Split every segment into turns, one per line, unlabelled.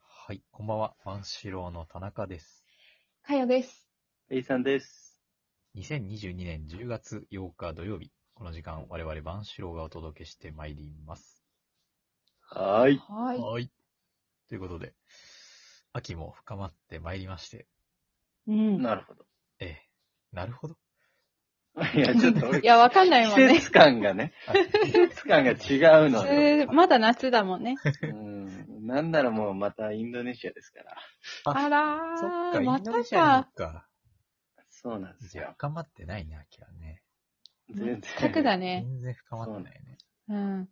はい、こんばんは。万志郎の田中です。
かよです。
A さんです。
2022年10月8日土曜日、この時間、我々万志郎がお届けしてまいります。
はーい。
は
はい
い。。
ということで、秋も深まってまいりまして、
うん。
なるほど。
ええ、なるほ ど。
いや、ちょっと俺
い、や、わかんないもん
季
ね。
節感がね、
あ
季節感が違うのよ。
えーまだ夏だもんね。
うん。なんならもうまたインドネシアですから。
あ
あ
そっか、
らー、
イ
ま
ンド
た
ネシアに
か
行。くか。
そうなんです
じゃあ、
よ。
深まってないね、秋はね。
全然。
全くだね。
全然深まってないね。
うん。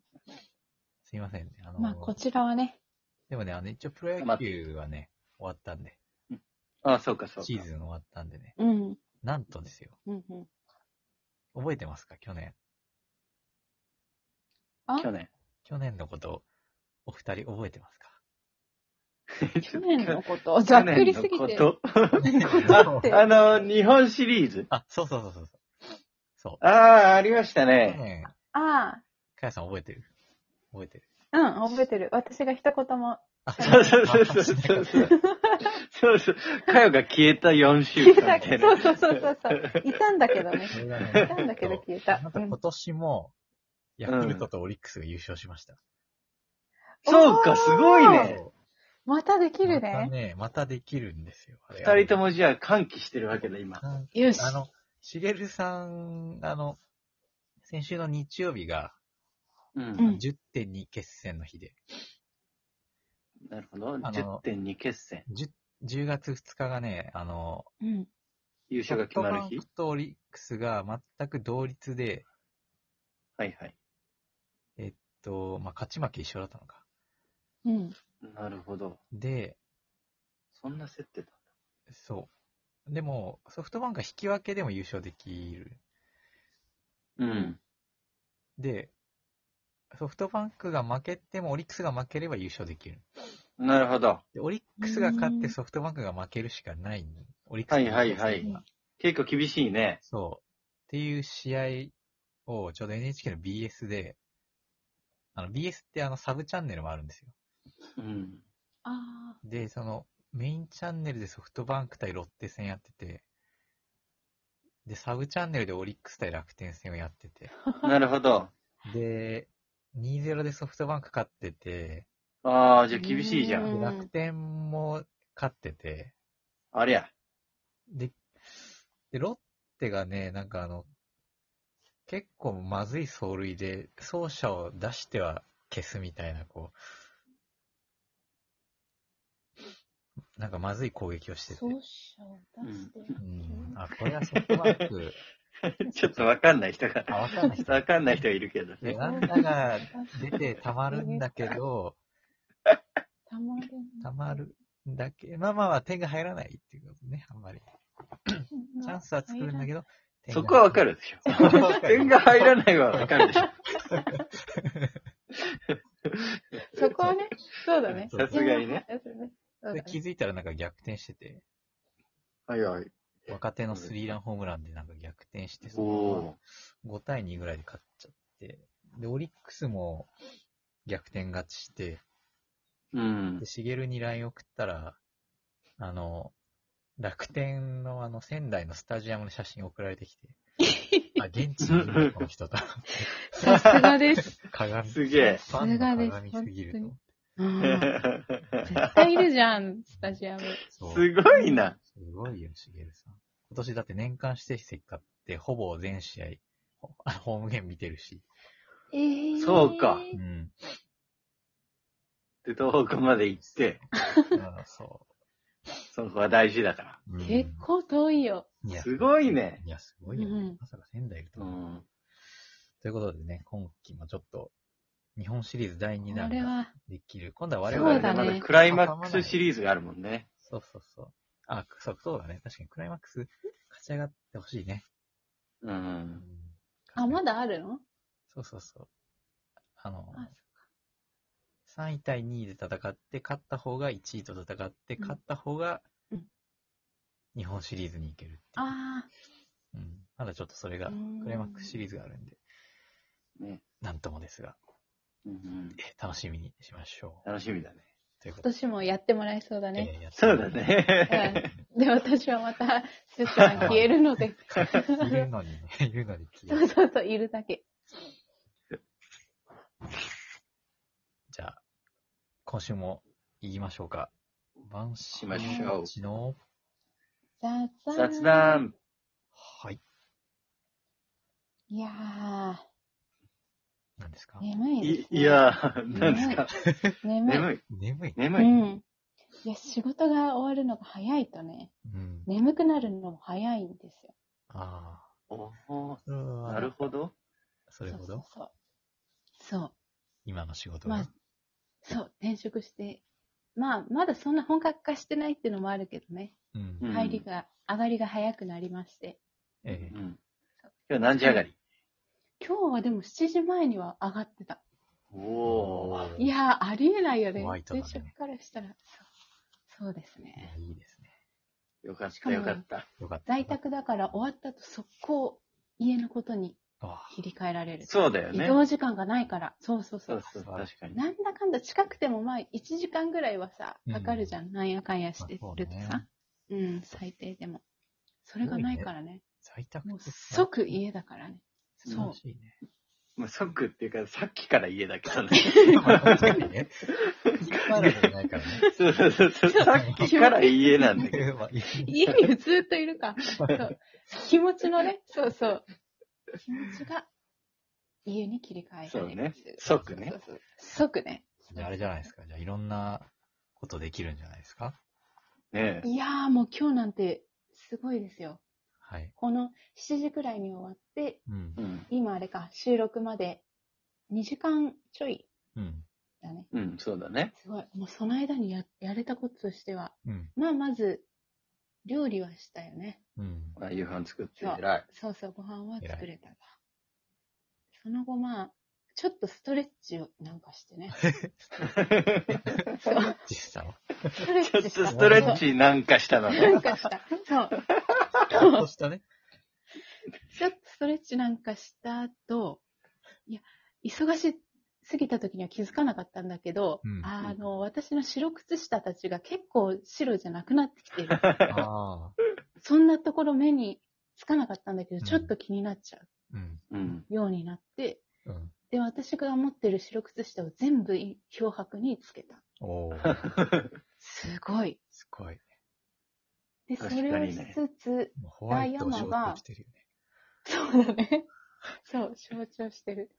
すいませんね。あの、
まあ、こちらはね。
でもね、あの、一応プロ野球はね、終わったんで、
あ、そうかそう
シー
か。
ズン終わったんでね。
うん。
なんとですよ。
うんうん。
覚えてますか去年。
あ、
去
去
年。
去年のこと、お二人覚えてますか
去
年のこと、ざっくりすぎて。
と。
だって
あの、日本シリーズ。
あ、そうそうそうそう。そう。
ああ、ありました
去
ね。
年、
あ
かやさん覚えてる覚えてる
あ、うん、覚えてる。私が一言も。
あ、
そうそうそうそうそう。そうそう。かよが消えた4
消
週
えた
間みたい
そう
な。
そうそうそうそう。いたんだけどね。
それがね
いたんだけど消えた
なん。か
うん
今年も、ヤクルトとオリックスが優勝しました。
そうか、すごいね。
そう
またできる
また
ね。
ね、またできるんですよ。
二人ともじゃあ歓喜してるわけだ、今。
あ
よし。
の、しげるさん、あの、先週の日曜日が
う。
うんん。
10.2決戦の日で、
なるほど。
あの
10.2決戦。
10, 10月2日がね、あの、
うん。
優勝が決まる
ソフトバン
日
クとオリックスが全く同率で、
はいはい。
と、まあ、勝ち負け一緒だったのか。
うん。
なるほど。
で、
そんな設定だ。
そう。でも、ソフトバンクは引き分けでも優勝できる。
うん。
で、ソフトバンクが負けても、オリックスが負ければ優勝できる。
なるほど。
で、オリックスが勝っ
う
て
ん
ソフトバンクが負けるしかない。オリックスが
はいは
は
い
い
結構厳しいね。
そう。っていう試合を、ちょうど NHK の BS で、あの、BS ってあの、サブチャンネルもあるんですよ。
うん。
あ
で、その、メインチャンネルでソフトバンク対ロッテ戦やってて、で、サブチャンネルでオリックス対楽天戦をやってて、
なるほど。
で、2-0でソフトバンク勝ってて、
ああ、じゃあ厳しいじゃ。
うん
で楽天も勝ってて、
ありゃ。
で、で、ロッテがね、なんかあの、結構まずい走塁で、走者を出しては消すみたいな、こう、なんかまずい攻撃をして
あ。
て。
そうしよう。出して。
うんあ、これはソフトバンク、
ちょっとわかんない人が、
あ、わかん ない人。
わかんない人いるけど。
で、なんだが出てたまるんだけど、
たまる
たまるんだけまあまあまあ点が入らないっていうことね、あんまり。チャンスは作るんだけど、
そこはわか
る。
るでし
そこはわ
ょ。
かる
点が入らないはわかるでしょ。
そこはね、そうだね。
さ
すがにね
そうだね。そう
で
だ
気
ね
づいたらなんか逆転してて、
はいはい。
若手のスリーランホームランでなんか逆転して、
おお
5対2ぐらいで勝っちゃって、で、オリックスも逆転勝ちして、
ー。うん
で、。しげるに LINE 送ったら、あの、楽天のあの仙台のスタジアムの写真送られてきて、 あ、現地にいるんだこの人と。
さすがです。
鏡。
すげえ
ファンの鏡すぎると思って。
うん絶対いるじゃん、スタジアム。
そう
すごいな。
すごいよ、しげるさん。今年だって年間指定席買って、ほぼ全試合、ほあホームゲーム見てるし。
えー
そうか
う ん。
で、東北まで行って、
あそ
そこは大事だか
う。うん
結構遠いよ。
いや
すごいね
いや、すごいよね。
うん
まさか仙台いると
ら。う
は
ん。
ということでね、今期もちょっと、日本シリーズ第2
こ
弾
れ
が
は、
できる。今度は
我
我
々
々
そうだね
まだクライマックスシリーズがあるもんね。
そうそうそう。あ、そうそうだね。確かにクライマックス勝ち上がってほしいね。
う
うん
ん。
あ、まだあるの
そうそうそう。あの、
あ
3位対2位で戦って、勝った方が1位と戦って、
うん
勝った方が
うん
日本シリーズに行けるっていう
あ
うん、まだちょっとそれが
うーん
クライマックスシリーズがあるんで、
ね
なんともですが、
うんうん
え楽しみにしましょう。
楽しみだね。
ということ
今
で
年もやってもらえそうだ ね。
えーやって
そうだ
は
ね。
い。で、私はまた、スッシャー消えるので。
いるのにね、いるのに消え
そ
る
うそうそう、いるだけ。
じゃあ、今週も言いましょうか。晩
し
秋
ましょう。
の、
雑談。
雑。談。
はい、
いやー、
何ですか
眠いで
い
すね、
いやー、なんですか。
眠い。
眠い。
眠い。
眠
う
い。
ん。いや、仕事が終わるのが早いとね、
うん。
眠くなるのも早いんですよ。
あ
おー
あ。な
なるほど。
それほ
そう
ど、
そうそう。そう。
今の仕事が
まあ。、そう、転職して、まあ、まだそんな本格化してないっていうのもあるけどね、
うん
うん
入りが、上がりが早くなりまして、
え
う
え
ん今日何時上がり
今日はでも7時前には上がってた。
おおー。
いやー、ありえないよね。
ホワイトだ
転
ね
職からしたら。そうそうです
い
ね。
やいいですね。
よかった、よかった。
よかった。
在宅だから終わった後、速攻、家のことに
あ
切り替えられる。
そうだよ
移
ね。
動時間がないから。そうそうそ
そうう。そう、確かに。
なんだかんだ近くてもまあ1時間ぐらいはさ、かかるじゃん。なんやかんやして
まあ
ると
そうだ
さ
ね。
うん、最低でも。それがないからね。
在宅
もう
って
即家だからね。
素
そ
晴
う
ら。しいね。
もう即っていうか、さっきから家だけどね。
まあ確かにね。引っ張られてないからね。
そうそうそうそう。
そう
さっきから家なんだけど。
まあいい
家にずっといるか。そう。気持ちのね、そうそう。気持ちが家に切り替えられるっていう
そうね即ね
そうそう即ね。
じゃああれじゃないですか。じゃあいろんなことできるんじゃないですか。
ねえ
いやーもう今日なんてすごいですよ。
はい。
この7時くらいに終わって、
うん。
うん。
今あれか、収録まで2時間ちょい
うん。
だね。
うん、そうだね。
すごい。もうその間にややれたこととしては、
うん。
まあまず、料理はしたよね。
うん。
まあ夕飯作って偉い。
そうそう、ご飯は作れたが。その後、まあ、ちょっとストレッチをなんかして ね。そう
実 際は。
ストレ
ち
ッ
ょっと
チした。
ストレッチなんかしたの
そう。
ね
な。んかした。そう。
ちょっとしたね。
ちょっとストレッチなんかした後、いや、忙しすぎた時には気づかなかったんだけど、
うん
あの、私の白靴下たちが結構白じゃなくなってきてる。
ああ。
そんなところ目につかなかったんだけ
うん
ど、ちょっと気になっちゃ
うん。
うん。
うようになって、
うん。
で、私が持ってる白靴下を全部漂白につけた。
おー。
すごい。
すごい。
で、そ
確かに
れを
ね
しつつ、
もうホワイトを仕事してるよね。
そうだね。 そう、象徴してる。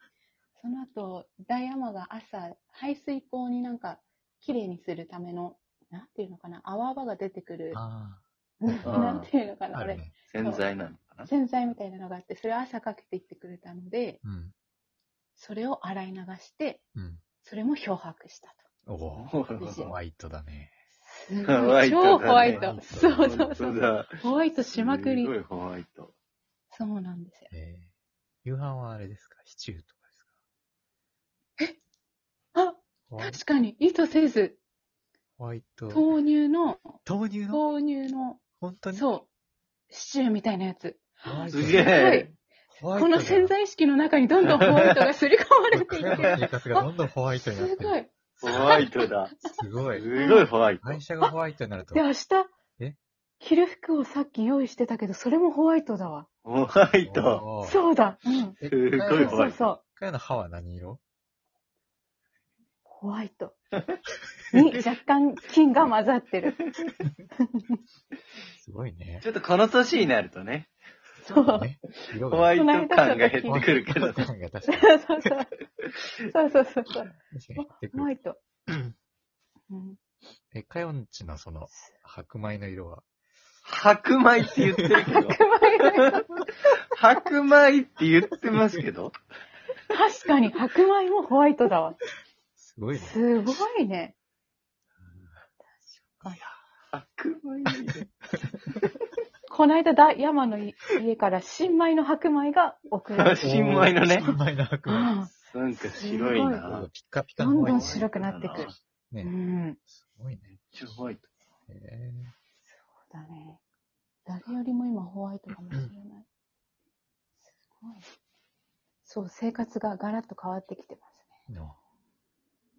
その後、ダイヤマが朝、排水口になんか、きれいにするための、なんていうのかな、泡泡が出てくる、
あ
なんていうのか
あ。
な、
あ
あ
る
れ、
ね。
洗剤なのかな
洗剤みたいなのがあって、それを朝かけていってくれたので、
うん。
それを洗い流して、
うん。
それも漂白したと。
おお。
ほら
です
ホ
よ
ワイトだね。
す
ホ
ご
ワ
い、
イト
超
だね
ホワイト。そうそうそ
本当
う。
だ
ホワイトしまくり
すご。いホワイト。
そうなんですよ。
えー、夕飯はあれですかシチューとかですか
あ、
ホワイ
確かに、意図せず、
ホワイト。
豆乳の、
豆乳の
豆乳の、
本当に
そう、シチューみたいなやつ。
ホワイト
す
だ
げえ。
ホワイ
こ
トだ
の潜在意識の中にどんどんホワイトがすり込まれて
僕
い
ら
く。
の生活がどんどんホワイトになっ
す
て
ご
る。
い。
ホワイトだ。
すごい。
すごいホワイト。
会社がホワイトになると
で、、明日
え、
着る服をさっき用意してたけど、それもホワイトだわ。
ホワイト。
おー
そうだ。うん。
え
すご
そ
い
う
ホ
そ
ワ
う
イト
そう。
深谷の歯は何色
ホワイト。に若干金が混ざってる。
すごいね。
ちょっとこの年になるとね、
そう。そう
ね色
ホ
が
ワ
ね。
イト感が減ってくるけどね。
感が確かに。
そうそう。そうそうそうそう。
確かに減ってく
ホワ
る。
イト。うん、
え、かよんちのその、白米の色は、
白米って言ってるけど。白米って言ってますけど。
確かに白米もホワイトだわ。
すごいね。
すごいね。
白米。
この間だ、山のい家から新米の白米が送られて、
新米のね
新米の白
う
米。
ん、
なんか白い
すごい
な。
ピッカピカ
ど
の
ん
ホワイ
ど
ト
ん白くなってくる。う
ね。
ん。
すごいね。
めっちゃホワイト。
え
そうだね。誰よりも今ホワイトかもしれない。すごい。そう、生活がガラッと変わってきてますね。
ー、の。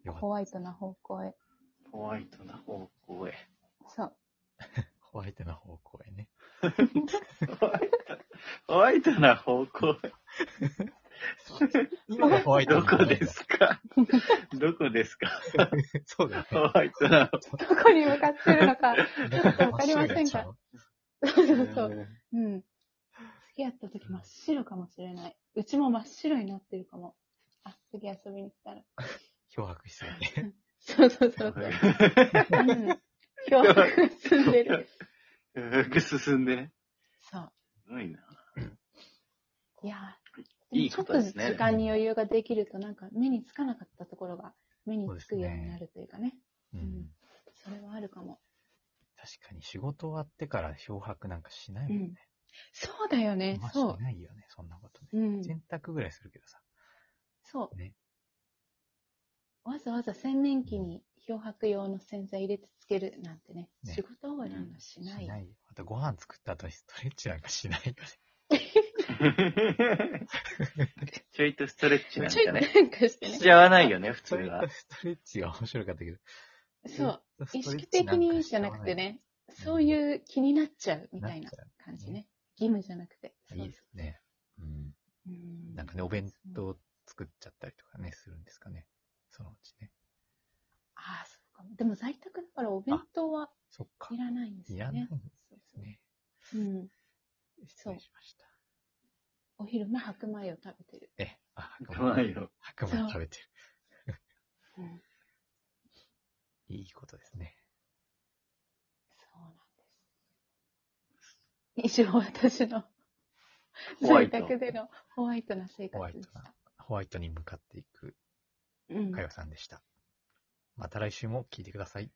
よかった
ホワイトな方向へ。
ホホワイトな方向へ。
そう。
ホワイトな方向へね。
ホワイトホワイトな方向へ。
今がホワイトな
ど
方
こ
向へ
で
だ
すかどこですか
そうだ
ホワイトな方
どこに向かってるのか。
ね。
ょっとわかりませんかそう
向
そうそう。うん。付き合った時真っ白かもしれない。うちも真っ白になってるかも。あ、次遊びに来たら。漂
漂白しすぎて。
そうそうそう そう。うん。漂白が進んでる。
うん進んでね。
そう。
すご いな。
いや
いい
ちょ
こ
っ
と
と
で
時
すね
間に余裕ができると、なんか目につかなかったところが目につくようになるというかね。
う
うん
ん。
それはあるかも。
確かに仕事終わってから漂白なんかしないもんね。
そうだよね
ま。あ
そ
しないよね、そんなこと
う。
ね。
うん。
洗濯ぐらいするけどさ。
そう。
ね
わざわざ洗面器に漂白用の洗剤入れてつけるなんてね。
ね
仕事終わりなんかしない。
しないよ。あとご飯作った後にストレッチなんかしないよね。
ちょいとストレッチなん
ちょい
か
と
ね。
なんかして
し
ね。
ちゃわないよね、普
そ
通
れ
は
と。ストレッチが面白かったけど。
そう。
ず
意
っとストレ
識
ッチ
的
んか
に
し
じゃなくて
ない。
ね、そういう気になっちゃうみたい
な
な
っちゃ
感じね。義務じゃなくて。そう
いいですね。うん。
うん
なんかね、お弁当作っちゃったりとかね、するんですかね。そのうちね。
ああ、そうかも。でも在宅だからお弁当は
そっか
い。らないんです
い
よ
らないん
ね
で。
そう
すね。
そううん。
失礼しました。
お昼間白米を食べてる。
え、あ、
かわいい
白米。
よ。
白米食べてる。
うん。
いいことですね。
そうなんです。以上、私の
ホワ イ
在
ト。
宅でのホワイトな生
ホワ
活
イ
で
ト
し
な
た。、
ホワイトに向かっていく
うん
かよさんでした。また来週も聞いてください。